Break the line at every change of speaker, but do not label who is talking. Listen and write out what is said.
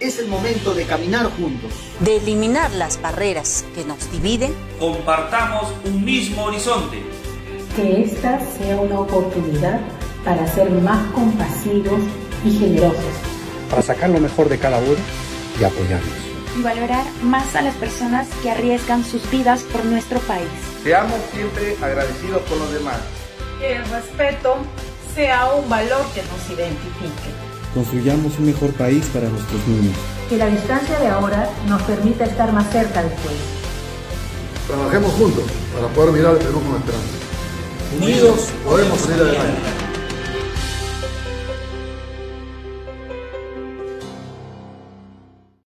Es el momento de caminar juntos.
De eliminar las barreras que nos dividen.
Compartamos un mismo horizonte.
Que esta sea una oportunidad para ser más compasivos y generosos.
Para sacar lo mejor de cada uno y apoyarnos.
Y valorar más a las personas que arriesgan sus vidas por nuestro país.
Seamos siempre agradecidos con los demás.
Que el respeto sea un valor que nos identifique.
Construyamos un mejor país para nuestros niños.
Que la distancia de ahora nos permita estar más cerca después.
Trabajemos juntos para poder mirar el Perú con esperanza.
Unidos podemos salir adelante.